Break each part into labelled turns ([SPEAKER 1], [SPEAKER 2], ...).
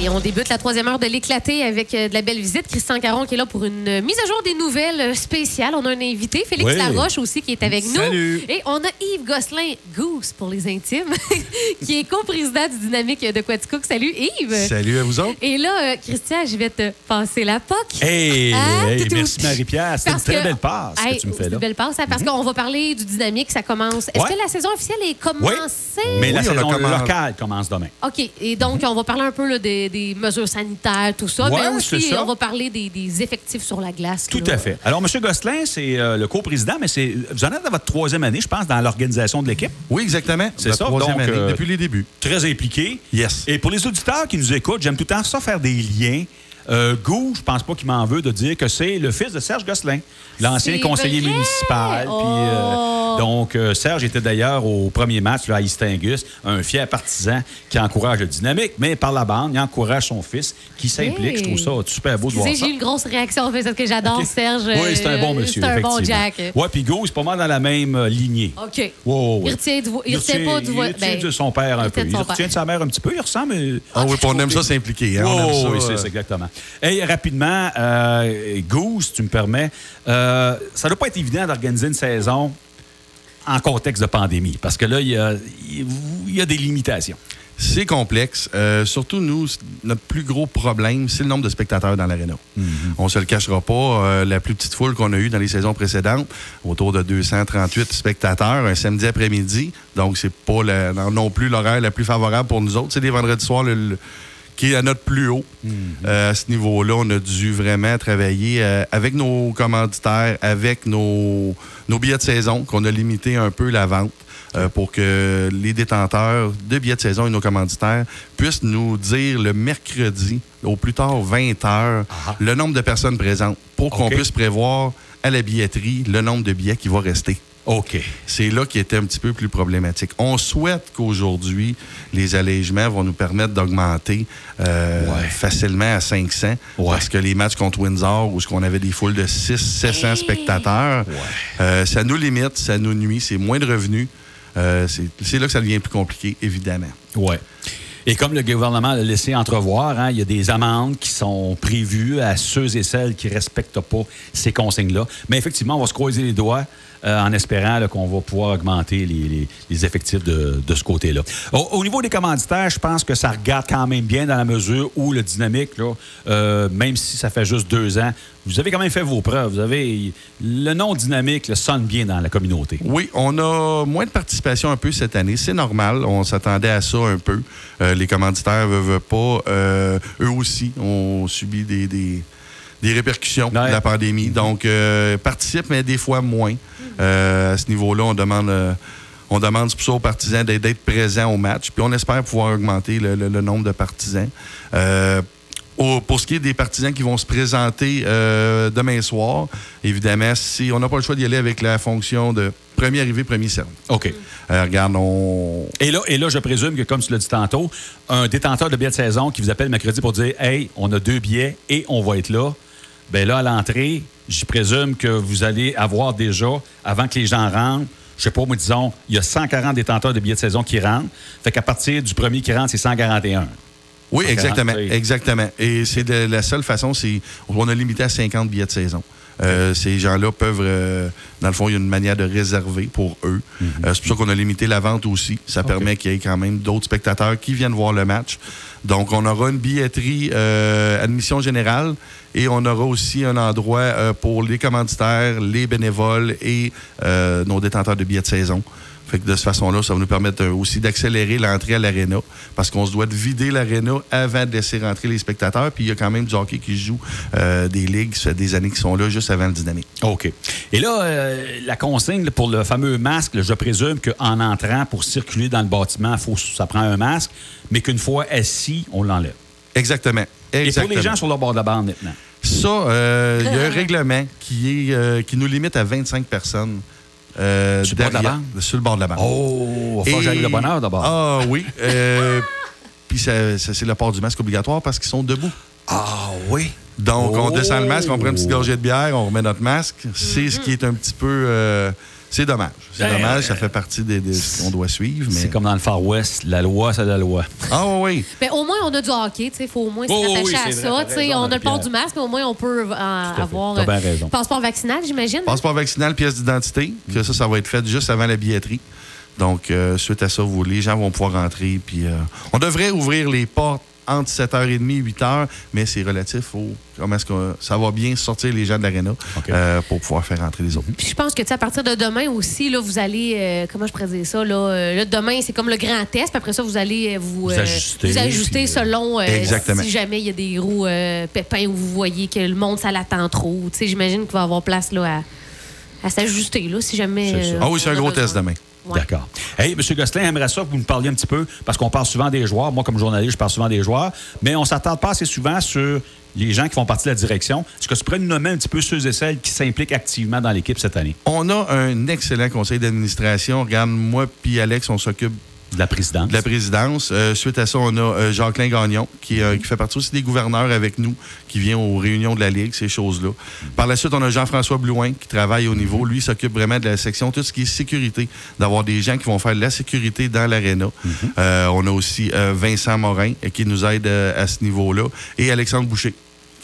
[SPEAKER 1] Et on débute la troisième heure de l'éclaté avec euh, de la belle visite. Christian Caron qui est là pour une euh, mise à jour des nouvelles euh, spéciales. On a un invité, Félix
[SPEAKER 2] Oui.
[SPEAKER 1] Laroche aussi, qui est avec
[SPEAKER 2] Salut.
[SPEAKER 1] nous. Et on a Yves Gosselin, Goose pour les intimes, qui est co-président du Dynamique de Quaticook. Salut Yves.
[SPEAKER 2] Salut à vous autres.
[SPEAKER 1] Et là, euh, Christian, je vais te passer la POC.
[SPEAKER 2] Hey,
[SPEAKER 1] Ah,
[SPEAKER 2] hey,
[SPEAKER 1] toutou.
[SPEAKER 2] merci Marie-Pierre. C'était une
[SPEAKER 1] Parce
[SPEAKER 2] très
[SPEAKER 1] que-
[SPEAKER 2] belle passe
[SPEAKER 1] Hey,
[SPEAKER 2] que tu me
[SPEAKER 1] c'est
[SPEAKER 2] fais là. Mhm.
[SPEAKER 1] une belle passe, hein, parce qu'on va parler du dynamique, ça commence. Est-ce
[SPEAKER 2] Ouais.
[SPEAKER 1] que la saison officielle est
[SPEAKER 2] Oui,
[SPEAKER 1] commencée?
[SPEAKER 2] mais la
[SPEAKER 3] Oui, on a
[SPEAKER 2] saison
[SPEAKER 3] commencé.
[SPEAKER 2] locale commence demain.
[SPEAKER 1] OK, et donc, on va parler un peu là, des, des mesures sanitaires, tout ça,
[SPEAKER 2] Ouais,
[SPEAKER 1] mais aussi,
[SPEAKER 2] c'est ça.
[SPEAKER 1] on va parler des, des effectifs sur la glace.
[SPEAKER 2] Tout
[SPEAKER 1] là.
[SPEAKER 2] à fait. Alors, M. Gosselin, c'est euh, le co-président, mais c'est vous en êtes dans votre troisième année, je pense, dans l'organisation de l'équipe.
[SPEAKER 3] Oui, exactement.
[SPEAKER 2] C'est
[SPEAKER 3] La
[SPEAKER 2] ça,
[SPEAKER 3] troisième
[SPEAKER 2] donc,
[SPEAKER 3] année,
[SPEAKER 2] euh,
[SPEAKER 3] depuis les débuts.
[SPEAKER 2] Très impliqué.
[SPEAKER 3] Yes.
[SPEAKER 2] Et pour les auditeurs qui nous écoutent, j'aime tout le temps ça faire des liens. Euh, Gou, je pense pas qu'il m'en veut de dire que c'est le fils de Serge Gosselin, l'ancien
[SPEAKER 1] C'est
[SPEAKER 2] conseiller
[SPEAKER 1] vrai!
[SPEAKER 2] municipal. Puis, euh,
[SPEAKER 1] Oh!
[SPEAKER 2] donc, euh, Serge était d'ailleurs au premier match là, à Istingus, un fier partisan qui encourage le dynamique, mais par la bande, il encourage son fils qui s'implique.
[SPEAKER 1] Hey!
[SPEAKER 2] Je trouve ça super beau de voir
[SPEAKER 1] Excusez,
[SPEAKER 2] ça.
[SPEAKER 1] j'ai eu une grosse réaction en fait, parce que j'adore
[SPEAKER 2] OK.
[SPEAKER 1] Serge.
[SPEAKER 2] Oui, c'est un bon
[SPEAKER 1] euh,
[SPEAKER 2] monsieur.
[SPEAKER 1] C'est un bon
[SPEAKER 2] effectivement.
[SPEAKER 1] Jack.
[SPEAKER 2] Ouais, puis Go, c'est pas mal dans la même euh, lignée.
[SPEAKER 1] OK.
[SPEAKER 2] Ouais, ouais, ouais.
[SPEAKER 1] Il retient, du- il retient pas ben, du
[SPEAKER 2] Il
[SPEAKER 1] voile.
[SPEAKER 2] retient de son père un peu.
[SPEAKER 1] retient de
[SPEAKER 2] Il
[SPEAKER 1] son
[SPEAKER 2] retient
[SPEAKER 1] père.
[SPEAKER 2] de sa mère un petit peu. Il ressemble. euh,
[SPEAKER 3] Ah oui, puis on aime ça s'impliquer. hein, on aime
[SPEAKER 2] Oh,
[SPEAKER 3] ça,
[SPEAKER 2] oui, c'est
[SPEAKER 3] euh,
[SPEAKER 2] ça, exactement. Et rapidement, euh, Goose, si tu me permets, euh, ça doit pas être évident d'organiser une saison en contexte de pandémie, parce que là, il y a, il y a des limitations.
[SPEAKER 3] C'est complexe. Euh, surtout, nous, c- notre plus gros problème, c'est le nombre de spectateurs dans l'aréna. On se le cachera pas. euh, la plus petite foule qu'on a eue dans les saisons précédentes, autour de 238 spectateurs, un samedi après-midi. Donc, c'est pas la- non- non plus l'horaire la plus favorable pour nous autres. C'est les vendredis soirs le- le- qui est à notre plus haut. Euh, à ce niveau-là, on a dû vraiment travailler euh, avec nos commanditaires, avec nos, nos billets de saison, qu'on a limité un peu la vente euh, pour que les détenteurs de billets de saison et nos commanditaires puissent nous dire le mercredi, au plus tard 20 heures, le nombre de personnes présentes pour qu'on
[SPEAKER 2] OK.
[SPEAKER 3] puisse prévoir à la billetterie le nombre de billets qui va rester.
[SPEAKER 2] OK.
[SPEAKER 3] C'est là qui était un petit peu plus problématique. On souhaite qu'aujourd'hui, les allègements vont nous permettre d'augmenter euh,
[SPEAKER 2] Ouais.
[SPEAKER 3] facilement à 500.
[SPEAKER 2] Ouais.
[SPEAKER 3] Parce que les matchs contre Windsor, où ce qu'on avait des foules de 600, 700
[SPEAKER 1] Hey!
[SPEAKER 3] spectateurs,
[SPEAKER 2] Ouais.
[SPEAKER 3] euh, ça nous limite, ça nous nuit, c'est moins de revenus. Euh, c'est c'est là que ça devient plus compliqué, évidemment.
[SPEAKER 2] Ouais. Et comme le gouvernement l'a laissé entrevoir, hein, il y a des amendes qui sont prévues à ceux et celles qui ne respectent pas ces consignes-là. Mais effectivement, on va se croiser les doigts euh, en espérant là, qu'on va pouvoir augmenter les, les- les effectifs de, de ce côté-là. Au, au niveau des commanditaires, je pense que ça regarde quand même bien dans la mesure où le dynamique, là, euh, même si ça fait juste deux ans, vous avez quand même fait vos preuves. Vous avez le nom dynamique là, sonne bien dans la communauté.
[SPEAKER 3] Oui, on a moins de participation un peu cette année. C'est normal. On s'attendait à ça un peu. Euh, les commanditaires ne veulent pas. Euh, eux aussi ont subi des, des- des répercussions
[SPEAKER 2] Ouais.
[SPEAKER 3] de la pandémie. Donc, euh, participent, mais des fois moins. Euh, à ce niveau-là, on demande. euh, on demande c'est pour ça aux partisans d'être d'être présents au match, puis on espère pouvoir augmenter le, le- le nombre de partisans. Euh, au- pour ce qui est des partisans qui vont se présenter euh, demain soir, évidemment, si on n'a pas le choix d'y aller avec la fonction de premier arrivé, premier servi.
[SPEAKER 2] OK.
[SPEAKER 3] Euh, regarde, on.
[SPEAKER 2] Et là, et là, je présume que, comme tu l'as dit tantôt, un détenteur de billets de saison qui vous appelle mercredi pour dire Hey, on a deux billets et on va être là. Bien là, à l'entrée, j'y présume que vous allez avoir déjà, avant que les gens rentrent, je sais pas, moi, disons, il y a 140 détenteurs de billets de saison qui rentrent. Fait qu'à partir du premier qui rentre, c'est 141.
[SPEAKER 3] Oui,
[SPEAKER 2] Parce que,
[SPEAKER 3] exactement.
[SPEAKER 2] hein, tu sais.
[SPEAKER 3] Exactement. Et c'est de la seule façon, c'est on a limité à 50 billets de saison. Euh, ces gens-là peuvent, euh, dans le fond, il y a une manière de réserver pour eux. Euh, c'est pour ça qu'on a limité la vente aussi. Ça permet qu'il y ait quand même d'autres spectateurs qui viennent voir le match. Donc, on aura une billetterie euh, admission générale et on aura aussi un endroit euh, pour les commanditaires, les bénévoles et euh, nos détenteurs de billets de saison. Fait que de cette façon-là, ça va nous permettre euh, aussi d'accélérer l'entrée à l'aréna parce qu'on se doit de vider l'aréna avant de laisser rentrer les spectateurs. Puis il y a quand même du hockey qui se joue euh, des ligues, ça fait des années qui sont là juste avant le dynamique.
[SPEAKER 2] OK. Et là, euh, la consigne là, pour le fameux masque, là, je présume qu'en entrant, pour circuler dans le bâtiment, faut, ça prend un masque, mais qu'une fois assis, on l'enlève.
[SPEAKER 3] Exactement.
[SPEAKER 2] Et pour
[SPEAKER 3] Exactement.
[SPEAKER 2] les gens sur le bord de la bande maintenant.
[SPEAKER 3] Ça, euh, il y a un règlement qui, est, euh, qui nous limite à 25 personnes. euh,
[SPEAKER 2] Sur le bord de la
[SPEAKER 3] derrière-
[SPEAKER 2] bande?
[SPEAKER 3] Sur le bord de la bande.
[SPEAKER 2] Oh, faut que j'arrive
[SPEAKER 3] Et-
[SPEAKER 2] le bonheur d'abord.
[SPEAKER 3] Ah oui. euh, Puis ça- ça, c'est le port du masque obligatoire parce qu'ils sont debout.
[SPEAKER 2] Ah oui.
[SPEAKER 3] Donc, on descend le masque, on prend une petite
[SPEAKER 2] Oh.
[SPEAKER 3] gorgée de bière, on remet notre masque. C'est ce qui est un petit peu. euh, C'est dommage. C'est
[SPEAKER 2] Mhm. Ben,
[SPEAKER 3] dommage,
[SPEAKER 2] euh,
[SPEAKER 3] ça fait partie des, des- ce qu'on doit suivre. Mais...
[SPEAKER 2] C'est comme dans le Far West, la loi, c'est la loi.
[SPEAKER 3] Ah oui, oui.
[SPEAKER 1] Mais ben, au moins, on a du hockey. Il faut au moins
[SPEAKER 2] Oh,
[SPEAKER 1] s'attacher
[SPEAKER 2] oui,
[SPEAKER 1] à
[SPEAKER 2] c'est vrai,
[SPEAKER 1] ça.
[SPEAKER 2] t'as
[SPEAKER 1] tu sais.
[SPEAKER 2] raison,
[SPEAKER 1] on a le port
[SPEAKER 2] Marie-Pierre.
[SPEAKER 1] du masque, mais au moins, on peut euh, avoir
[SPEAKER 2] t'as
[SPEAKER 1] euh,
[SPEAKER 2] bien raison. Ah,
[SPEAKER 1] passeport vaccinal, j'imagine.
[SPEAKER 3] Passeport vaccinal, pièce d'identité, que ça, ça va être fait juste avant la billetterie. Donc, euh, suite à ça, vous, les gens vont pouvoir rentrer. Puis, euh, on devrait ouvrir les portes entre 7h30 et 8h, mais c'est relatif au comment est-ce que ça va bien sortir les gens de l'aréna
[SPEAKER 2] OK.
[SPEAKER 3] euh, pour pouvoir faire rentrer les autres.
[SPEAKER 2] Mhm.
[SPEAKER 1] Puis je pense que tu sais, à partir de demain aussi, là, vous allez, euh, comment je pourrais dire ça, là, euh, là, demain, c'est comme le grand test, puis après ça, vous allez euh, vous,
[SPEAKER 2] Vous ajuster,
[SPEAKER 1] vous ajuster
[SPEAKER 2] puis, euh,
[SPEAKER 1] selon euh,
[SPEAKER 3] Exactement.
[SPEAKER 1] si jamais il y a des roues euh, pépins où vous voyez que le monde, ça l'attend trop. Tu sais, J'imagine qu'il va y avoir place là, à, à s'ajuster, là, si jamais...
[SPEAKER 2] C'est ça.
[SPEAKER 1] euh,
[SPEAKER 3] Ah oui,
[SPEAKER 1] on
[SPEAKER 3] c'est un
[SPEAKER 1] a
[SPEAKER 3] gros
[SPEAKER 1] besoin.
[SPEAKER 3] test demain.
[SPEAKER 1] Ouais.
[SPEAKER 2] D'accord. Hey, M. Gosselin, j'aimerais ça que vous nous parliez un petit peu, parce qu'on parle souvent des joueurs. Moi, comme journaliste, je parle souvent des joueurs, mais on s'attarde pas assez souvent sur les gens qui font partie de la direction. Est-ce que tu pourrais nous nommer un petit peu ceux et celles qui s'impliquent activement dans l'équipe cette année?
[SPEAKER 3] On a un excellent conseil d'administration. Regarde, moi puis Alex, on s'occupe
[SPEAKER 2] De la présidente.
[SPEAKER 3] de la présidence. Euh, suite à ça, on a euh, Jacqueline Gagnon, qui, euh, qui fait partie aussi des gouverneurs avec nous, qui vient aux réunions de la Ligue, ces choses-là. Par la suite, on a Jean-François Blouin, qui travaille au niveau. Lui, il s'occupe vraiment de la section, tout ce qui est sécurité, d'avoir des gens qui vont faire de la sécurité dans l'aréna. Euh, on a aussi euh, Vincent Morin, euh, qui nous aide euh, à ce niveau-là, et Alexandre Boucher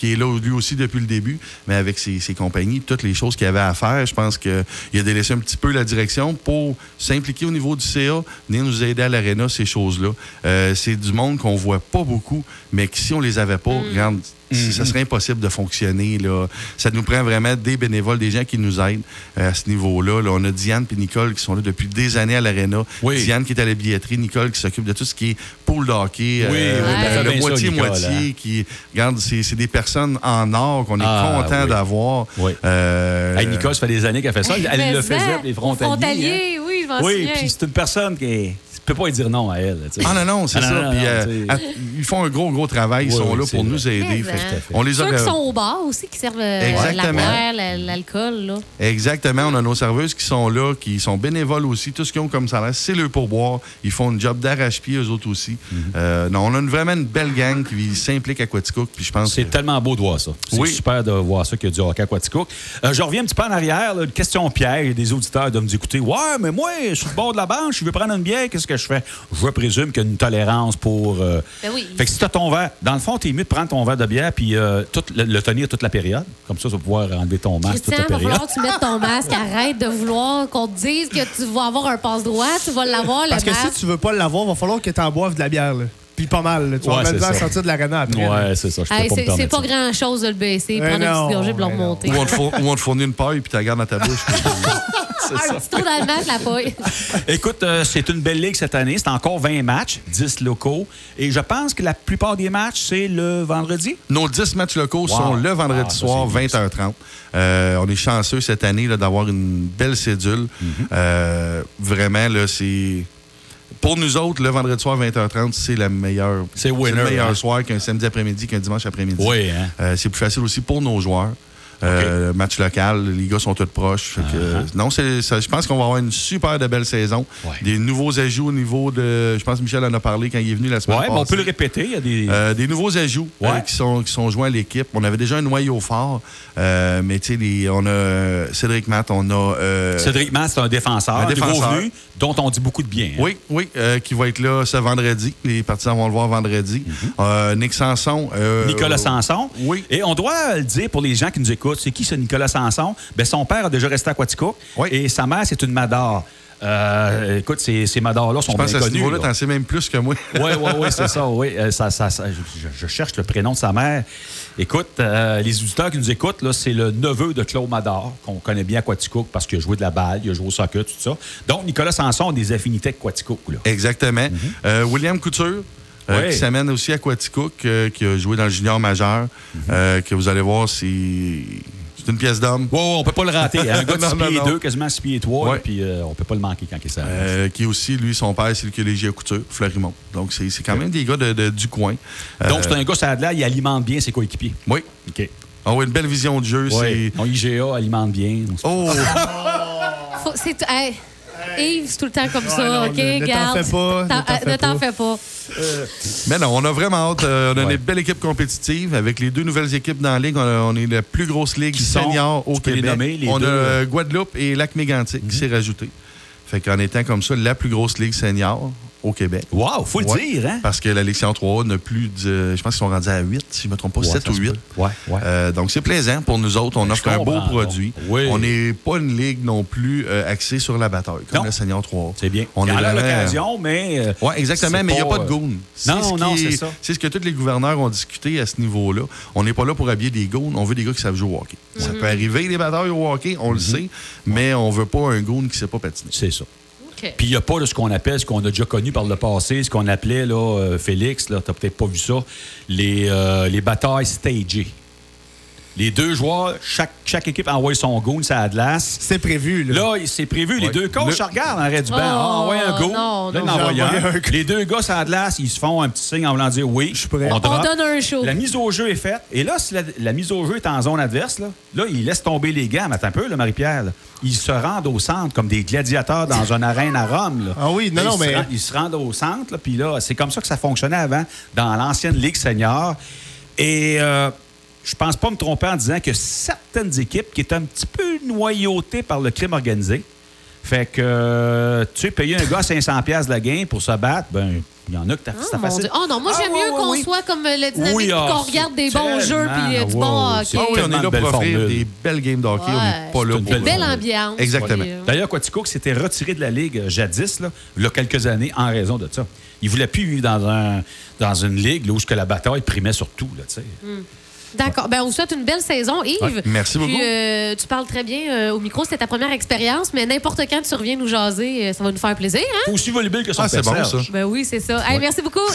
[SPEAKER 3] qui est là lui aussi depuis le début, mais avec ses, ses compagnies, toutes les choses qu'il avait à faire, je pense qu'il a délaissé un petit peu la direction pour s'impliquer au niveau du CA, venir nous aider à l'aréna, ces choses-là. Euh, c'est du monde qu'on voit pas beaucoup, mais que si on les avait pas,
[SPEAKER 2] Mm.
[SPEAKER 3] regarde, si- ça serait impossible de fonctionner. Là. Ça nous prend vraiment des bénévoles, des gens qui nous aident euh, à ce niveau-là. Là, on a Diane et Nicole qui sont là depuis des années à l'aréna.
[SPEAKER 2] Oui.
[SPEAKER 3] Diane qui est à la billetterie, Nicole qui s'occupe de tout ce qui est pool de hockey, euh,
[SPEAKER 2] Oui, oui,
[SPEAKER 1] ben,
[SPEAKER 3] le
[SPEAKER 2] fais bien ça,
[SPEAKER 3] moitié-moitié,
[SPEAKER 2] Nicole, hein.
[SPEAKER 3] qui, regarde, c'est c'est des personnes en or qu'on est
[SPEAKER 2] Ah,
[SPEAKER 3] content
[SPEAKER 2] oui.
[SPEAKER 3] d'avoir.
[SPEAKER 2] Oui.
[SPEAKER 3] Euh,
[SPEAKER 2] Hey, Nicole, ça fait des années qu'elle fait ça. Elle le
[SPEAKER 1] Mais ça,
[SPEAKER 2] faisait, pour les frontaliers. hein.
[SPEAKER 1] Frontalier, oui, je m'en
[SPEAKER 2] Oui,
[SPEAKER 1] souviens.
[SPEAKER 2] puis c'est une personne qui est- Tu peux pas lui dire non à elle. tu sais.
[SPEAKER 3] Ah non, non, c'est
[SPEAKER 2] Ah,
[SPEAKER 3] ça.
[SPEAKER 2] non,
[SPEAKER 3] Puis,
[SPEAKER 2] non,
[SPEAKER 3] euh,
[SPEAKER 2] tu sais.
[SPEAKER 3] att- ils font un gros, gros travail. Ils
[SPEAKER 2] Oui,
[SPEAKER 3] sont
[SPEAKER 2] oui,
[SPEAKER 3] là
[SPEAKER 2] c'est
[SPEAKER 3] pour
[SPEAKER 2] vrai.
[SPEAKER 3] nous aider.
[SPEAKER 1] Mais,
[SPEAKER 3] Fait
[SPEAKER 1] hein.
[SPEAKER 3] on les a...
[SPEAKER 1] Ceux qui sont au bar aussi, qui servent euh, la
[SPEAKER 3] Exactement.
[SPEAKER 1] bière, la- l'alcool, là.
[SPEAKER 3] Exactement. On a nos serveuses qui sont là, qui sont bénévoles aussi. Tout ce qu'ils ont comme salaire, c'est leur pourboire. Ils font une job d'arrache-pied, eux autres aussi.
[SPEAKER 2] Mhm.
[SPEAKER 3] Euh, non, on a une- vraiment une belle gang qui s'implique à Quaticook. Puis je pense
[SPEAKER 2] C'est
[SPEAKER 3] que-
[SPEAKER 2] tellement beau de voir ça. C'est
[SPEAKER 3] Oui.
[SPEAKER 2] super de voir ça qu'il y a du hockey aquatique. Euh, je reviens un petit peu en arrière. là, une question piège des auditeurs de me dire écoutez, ouais, mais moi, je suis le bord de la banque, je veux prendre une bière, qu'est-ce que je fais Je présume qu'il y a une tolérance pour. euh,
[SPEAKER 1] Ben oui.
[SPEAKER 2] Fait que si tu as ton verre, dans le fond, tu es mieux de prendre ton verre de bière puis euh, tout le, le tenir toute la période. Comme ça, tu vas pouvoir enlever ton masque toute
[SPEAKER 1] Christian,
[SPEAKER 2] la
[SPEAKER 1] va
[SPEAKER 2] période.
[SPEAKER 1] falloir que tu mettes ton masque. Arrête de vouloir qu'on te dise que tu vas avoir un passe-droit. Tu vas l'avoir, le
[SPEAKER 4] Parce que si
[SPEAKER 1] masque.
[SPEAKER 4] tu veux pas l'avoir, va falloir que t'en boives de la bière, là. Puis pas mal, là. Tu
[SPEAKER 2] Ouais,
[SPEAKER 4] vas même
[SPEAKER 2] c'est
[SPEAKER 4] à
[SPEAKER 2] ça.
[SPEAKER 4] sortir de l'aréna après. là.
[SPEAKER 2] Ouais, c'est ça. Je peux
[SPEAKER 1] Hey,
[SPEAKER 2] pas me
[SPEAKER 1] c'est c'est
[SPEAKER 2] permettre
[SPEAKER 1] pas
[SPEAKER 2] ça.
[SPEAKER 1] grand-chose de le baisser.
[SPEAKER 4] Mais
[SPEAKER 1] Prendre une petite
[SPEAKER 4] Eh non,
[SPEAKER 1] gorgée pour le
[SPEAKER 4] mais non.
[SPEAKER 1] remonter.
[SPEAKER 3] Ou on te four- ou on te fournit une paille puis tu la gardes dans ta bouche.
[SPEAKER 1] Un petit trou dans le masque, la paille.
[SPEAKER 2] Écoute, euh, c'est une belle ligue cette année. C'est encore 20 matchs, 10 locaux. Et je pense que la plupart des matchs, c'est le vendredi.
[SPEAKER 3] Nos 10 matchs locaux sont le vendredi
[SPEAKER 2] Ah, ça,
[SPEAKER 3] soir,
[SPEAKER 2] c'est bien,
[SPEAKER 3] 20h30. Euh, on est chanceux cette année là, d'avoir une belle cédule.
[SPEAKER 2] Mhm.
[SPEAKER 3] Euh, vraiment, là, c'est. Pour nous autres, le vendredi soir, 20h30, c'est la meilleure.
[SPEAKER 2] C'est winner,
[SPEAKER 3] le meilleur
[SPEAKER 2] hein.
[SPEAKER 3] soir qu'un samedi après-midi, qu'un dimanche après-midi.
[SPEAKER 2] Oui, hein?
[SPEAKER 3] Euh, c'est plus facile aussi pour nos joueurs. Euh, Match local, les gars sont tous proches. Fait que, Non, c'est- ça- je pense qu'on va avoir une super de belle saison.
[SPEAKER 2] Ah, Ouais.
[SPEAKER 3] Des nouveaux ajouts au niveau de. Je pense que Michel en a parlé quand il est venu la
[SPEAKER 2] Oui,
[SPEAKER 3] semaine
[SPEAKER 2] mais
[SPEAKER 3] passée.
[SPEAKER 2] on peut le répéter. Il y a des.
[SPEAKER 3] Euh, des nouveaux ajouts
[SPEAKER 2] Ouais.
[SPEAKER 3] euh, qui, sont, qui sont joints à l'équipe. On avait déjà un noyau fort, euh, mais tu sais, les- on a euh, Cédric Matt, on a. euh,
[SPEAKER 2] Cédric Mass, c'est un défenseur,
[SPEAKER 3] un
[SPEAKER 2] un
[SPEAKER 3] défenseur.
[SPEAKER 2] venu, dont on dit beaucoup de bien. hein.
[SPEAKER 3] Oui, oui, euh, qui va être là ce vendredi. Les partisans vont le voir vendredi. Euh, Nick Sanson. euh,
[SPEAKER 2] Mhm. Nicolas Sanson.
[SPEAKER 3] Oui.
[SPEAKER 2] Et on doit le dire pour les gens qui nous écoutent, c'est qui ce Nicolas Sanson? Ben, son père a déjà resté à Quatico
[SPEAKER 3] Oui.
[SPEAKER 2] et sa mère, c'est une Madare. Euh, écoute, ces, ces Madars-là sont
[SPEAKER 3] Je pense
[SPEAKER 2] bien
[SPEAKER 3] à ce
[SPEAKER 2] connus,
[SPEAKER 3] niveau-là,
[SPEAKER 2] là.
[SPEAKER 3] t'en sais même plus que moi.
[SPEAKER 2] Oui, oui, oui, c'est ça, oui. Euh, ça, ça- ça- je, je cherche le prénom de sa mère. Écoute, euh, les auditeurs qui nous écoutent, là, c'est le neveu de Claude Mador, qu'on connaît bien à Quaticook parce qu'il a joué de la balle, il a joué au soccer, tout ça. Donc, Nicolas Sanson a des affinités avec Quaticook, là.
[SPEAKER 3] Exactement.
[SPEAKER 2] Mhm.
[SPEAKER 3] Euh, William Couture. euh,
[SPEAKER 2] Oui.
[SPEAKER 3] Qui s'amène aussi à Quaticook, euh, qui a joué dans le junior majeur,
[SPEAKER 2] Mhm.
[SPEAKER 3] euh, que vous allez voir, c'est c'est une pièce d'homme.
[SPEAKER 2] Ouais, ouais, on peut pas le rater. hein. Un gars de
[SPEAKER 3] Non,
[SPEAKER 2] 6
[SPEAKER 3] non,
[SPEAKER 2] pieds
[SPEAKER 3] non.
[SPEAKER 2] 2, quasiment 6 pieds 3,
[SPEAKER 3] Ouais.
[SPEAKER 2] puis euh, on peut pas le manquer quand il s'arrête.
[SPEAKER 3] Euh, qui est aussi, lui, son père, c'est le collégiat Couture, Fleurimont. Donc, c'est c'est quand même des gars de- de- du coin. Euh,
[SPEAKER 2] Donc, c'est un gars, ça a de l'air, il alimente bien ses coéquipiers.
[SPEAKER 3] Oui.
[SPEAKER 2] OK.
[SPEAKER 3] Ah oui, une belle vision de jeu.
[SPEAKER 2] Ouais.
[SPEAKER 3] c'est-
[SPEAKER 2] Mon IGA alimente bien.
[SPEAKER 3] Oh!
[SPEAKER 1] Faut- c'est- hey, Yves, c'est tout le temps comme
[SPEAKER 4] Ouais,
[SPEAKER 1] ça,
[SPEAKER 4] non,
[SPEAKER 1] OK?
[SPEAKER 4] ne- ne t'en
[SPEAKER 1] garde.
[SPEAKER 4] fais pas, ne
[SPEAKER 1] T'en-
[SPEAKER 4] t'en
[SPEAKER 1] euh,
[SPEAKER 4] fais
[SPEAKER 1] Ne t'en
[SPEAKER 4] pas.
[SPEAKER 1] fais pas.
[SPEAKER 3] Mais non, on a vraiment hâte. euh, on a
[SPEAKER 2] Ouais.
[SPEAKER 3] une belle équipe compétitive. Avec les deux nouvelles équipes dans la Ligue, on, a- on est la plus grosse Ligue
[SPEAKER 2] Qui sont?
[SPEAKER 3] senior au
[SPEAKER 2] Tu peux les
[SPEAKER 3] Québec.
[SPEAKER 2] nommer, les
[SPEAKER 3] on
[SPEAKER 2] deux,
[SPEAKER 3] a
[SPEAKER 2] euh? Mhm.
[SPEAKER 3] Guadeloupe et Lac-Mégantic qui s'est rajouté. Fait qu'en étant comme ça, la plus grosse Ligue senior au Québec.
[SPEAKER 2] Wow, faut le
[SPEAKER 3] Ouais.
[SPEAKER 2] dire, hein?
[SPEAKER 3] Parce que la Ligue senior 3 n'a plus de... Je pense qu'ils sont rendus à 8, si je ne me trompe pas,
[SPEAKER 2] Ouais,
[SPEAKER 3] 7
[SPEAKER 2] ça
[SPEAKER 3] ou
[SPEAKER 2] se
[SPEAKER 3] 8.
[SPEAKER 2] peut. Ouais, ouais. Ben,
[SPEAKER 3] Euh, donc, c'est plaisant pour nous autres. On
[SPEAKER 2] Je
[SPEAKER 3] offre un beau
[SPEAKER 2] comprends, donc.
[SPEAKER 3] produit.
[SPEAKER 2] Oui.
[SPEAKER 3] On n'est pas une ligue non plus euh, axée sur la bataille, comme
[SPEAKER 2] Non.
[SPEAKER 3] le Senior 3.
[SPEAKER 2] c'est bien.
[SPEAKER 3] On
[SPEAKER 2] On
[SPEAKER 3] est
[SPEAKER 2] a
[SPEAKER 3] vraiment-
[SPEAKER 2] l'occasion, mais. euh,
[SPEAKER 3] Oui, exactement,
[SPEAKER 2] c'est
[SPEAKER 3] mais il n'y a pas de
[SPEAKER 2] euh,
[SPEAKER 3] goon.
[SPEAKER 2] non, non, c'est ça.
[SPEAKER 3] C'est ce que tous les gouverneurs ont discuté à ce niveau-là. On n'est pas là pour habiller des goons, on veut des gars qui savent jouer au hockey. Ça
[SPEAKER 1] Mhm.
[SPEAKER 3] peut arriver des batailles au hockey, on
[SPEAKER 2] Mhm.
[SPEAKER 3] le sait, mais on veut pas un goon qui ne sait pas patiner.
[SPEAKER 2] C'est ça.
[SPEAKER 1] OK.
[SPEAKER 2] Puis il n'y a pas là, ce qu'on appelle, ce qu'on a déjà connu par le passé, ce qu'on appelait, là, euh, Félix, là, t'as peut-être pas vu ça, les, euh, les batailles stagées. Les deux joueurs, chaque, chaque équipe envoie son goon, ça glace.
[SPEAKER 4] C'est prévu, là.
[SPEAKER 2] Là, il- c'est prévu, les
[SPEAKER 3] Ouais.
[SPEAKER 2] deux coachs
[SPEAKER 3] Le-
[SPEAKER 2] regardent en arrêt du banc.
[SPEAKER 1] Oh,
[SPEAKER 2] Ah, ouais, un goon.
[SPEAKER 1] non,
[SPEAKER 2] Là,
[SPEAKER 1] non.
[SPEAKER 2] il envoie
[SPEAKER 4] J'ai envoyé
[SPEAKER 2] un.
[SPEAKER 4] un goon.
[SPEAKER 2] Les deux gars ça glace, ils se font un petit signe en voulant dire oui.
[SPEAKER 4] Je suis prêt.
[SPEAKER 2] On,
[SPEAKER 4] On
[SPEAKER 1] On
[SPEAKER 2] drop.
[SPEAKER 1] donne un show.
[SPEAKER 2] La mise au jeu est faite. Et là, si la, la mise au jeu est en zone adverse, là, là, ils laissent tomber les gants. Mais attends un peu, là, Marie-Pierre. là. Ils se rendent au centre comme des gladiateurs dans une arène à Rome. là.
[SPEAKER 4] Ah oui,
[SPEAKER 2] Là,
[SPEAKER 4] non, non,
[SPEAKER 2] ils se
[SPEAKER 4] mais-
[SPEAKER 2] rend- ils se rendent au centre. là, Puis là, c'est comme ça que ça fonctionnait avant dans l'ancienne Ligue senior. Et euh, je pense pas me tromper en disant que certaines équipes qui étaient un petit peu noyautées par le crime organisé, fait que euh, tu sais, payer un gars 500$ piastres de la gain pour se battre, ben il y en a que t'as
[SPEAKER 1] Oh,
[SPEAKER 2] c'était
[SPEAKER 1] mon
[SPEAKER 2] facile.
[SPEAKER 1] Dieu. Oh non, moi
[SPEAKER 2] Ah,
[SPEAKER 1] j'aime
[SPEAKER 2] ouais,
[SPEAKER 1] mieux
[SPEAKER 2] ouais,
[SPEAKER 1] qu'on
[SPEAKER 2] oui.
[SPEAKER 1] soit comme euh, le dynamique,
[SPEAKER 2] Oui,
[SPEAKER 1] puis
[SPEAKER 2] ah,
[SPEAKER 1] qu'on regarde des bons
[SPEAKER 2] tellement,
[SPEAKER 1] jeux puis euh, du
[SPEAKER 2] wow,
[SPEAKER 1] bon
[SPEAKER 2] c'est
[SPEAKER 1] hockey.
[SPEAKER 3] Ah oui, on
[SPEAKER 2] Tellement
[SPEAKER 3] est là
[SPEAKER 2] belle
[SPEAKER 3] pour offrir
[SPEAKER 2] formule.
[SPEAKER 3] des belles games de hockey. on
[SPEAKER 1] Ouais.
[SPEAKER 3] n'est pas là
[SPEAKER 2] C'est une
[SPEAKER 3] pour.
[SPEAKER 1] Une belle
[SPEAKER 2] formule.
[SPEAKER 1] ambiance.
[SPEAKER 3] Exactement.
[SPEAKER 1] puis, euh,
[SPEAKER 2] D'ailleurs, Quaticook s'était retiré de la Ligue euh, jadis, là, il y a quelques années, en raison de ça. Il voulait plus vivre dans, un, dans une ligue là, où ce que la bataille primait sur tout. Là, tu sais.
[SPEAKER 3] Mm.
[SPEAKER 1] D'accord. Ben, on vous souhaite une belle saison, Yves.
[SPEAKER 3] Ouais, merci
[SPEAKER 1] Puis,
[SPEAKER 3] beaucoup.
[SPEAKER 1] euh, tu parles très bien euh, au micro, c'était ta première expérience, mais n'importe quand tu reviens nous jaser, euh, ça va nous faire plaisir. Hein?
[SPEAKER 2] Aussi volubile que son
[SPEAKER 3] Ah, c'est bon,
[SPEAKER 2] personnage.
[SPEAKER 3] ça.
[SPEAKER 1] Ben oui, c'est ça. Hey, merci beaucoup.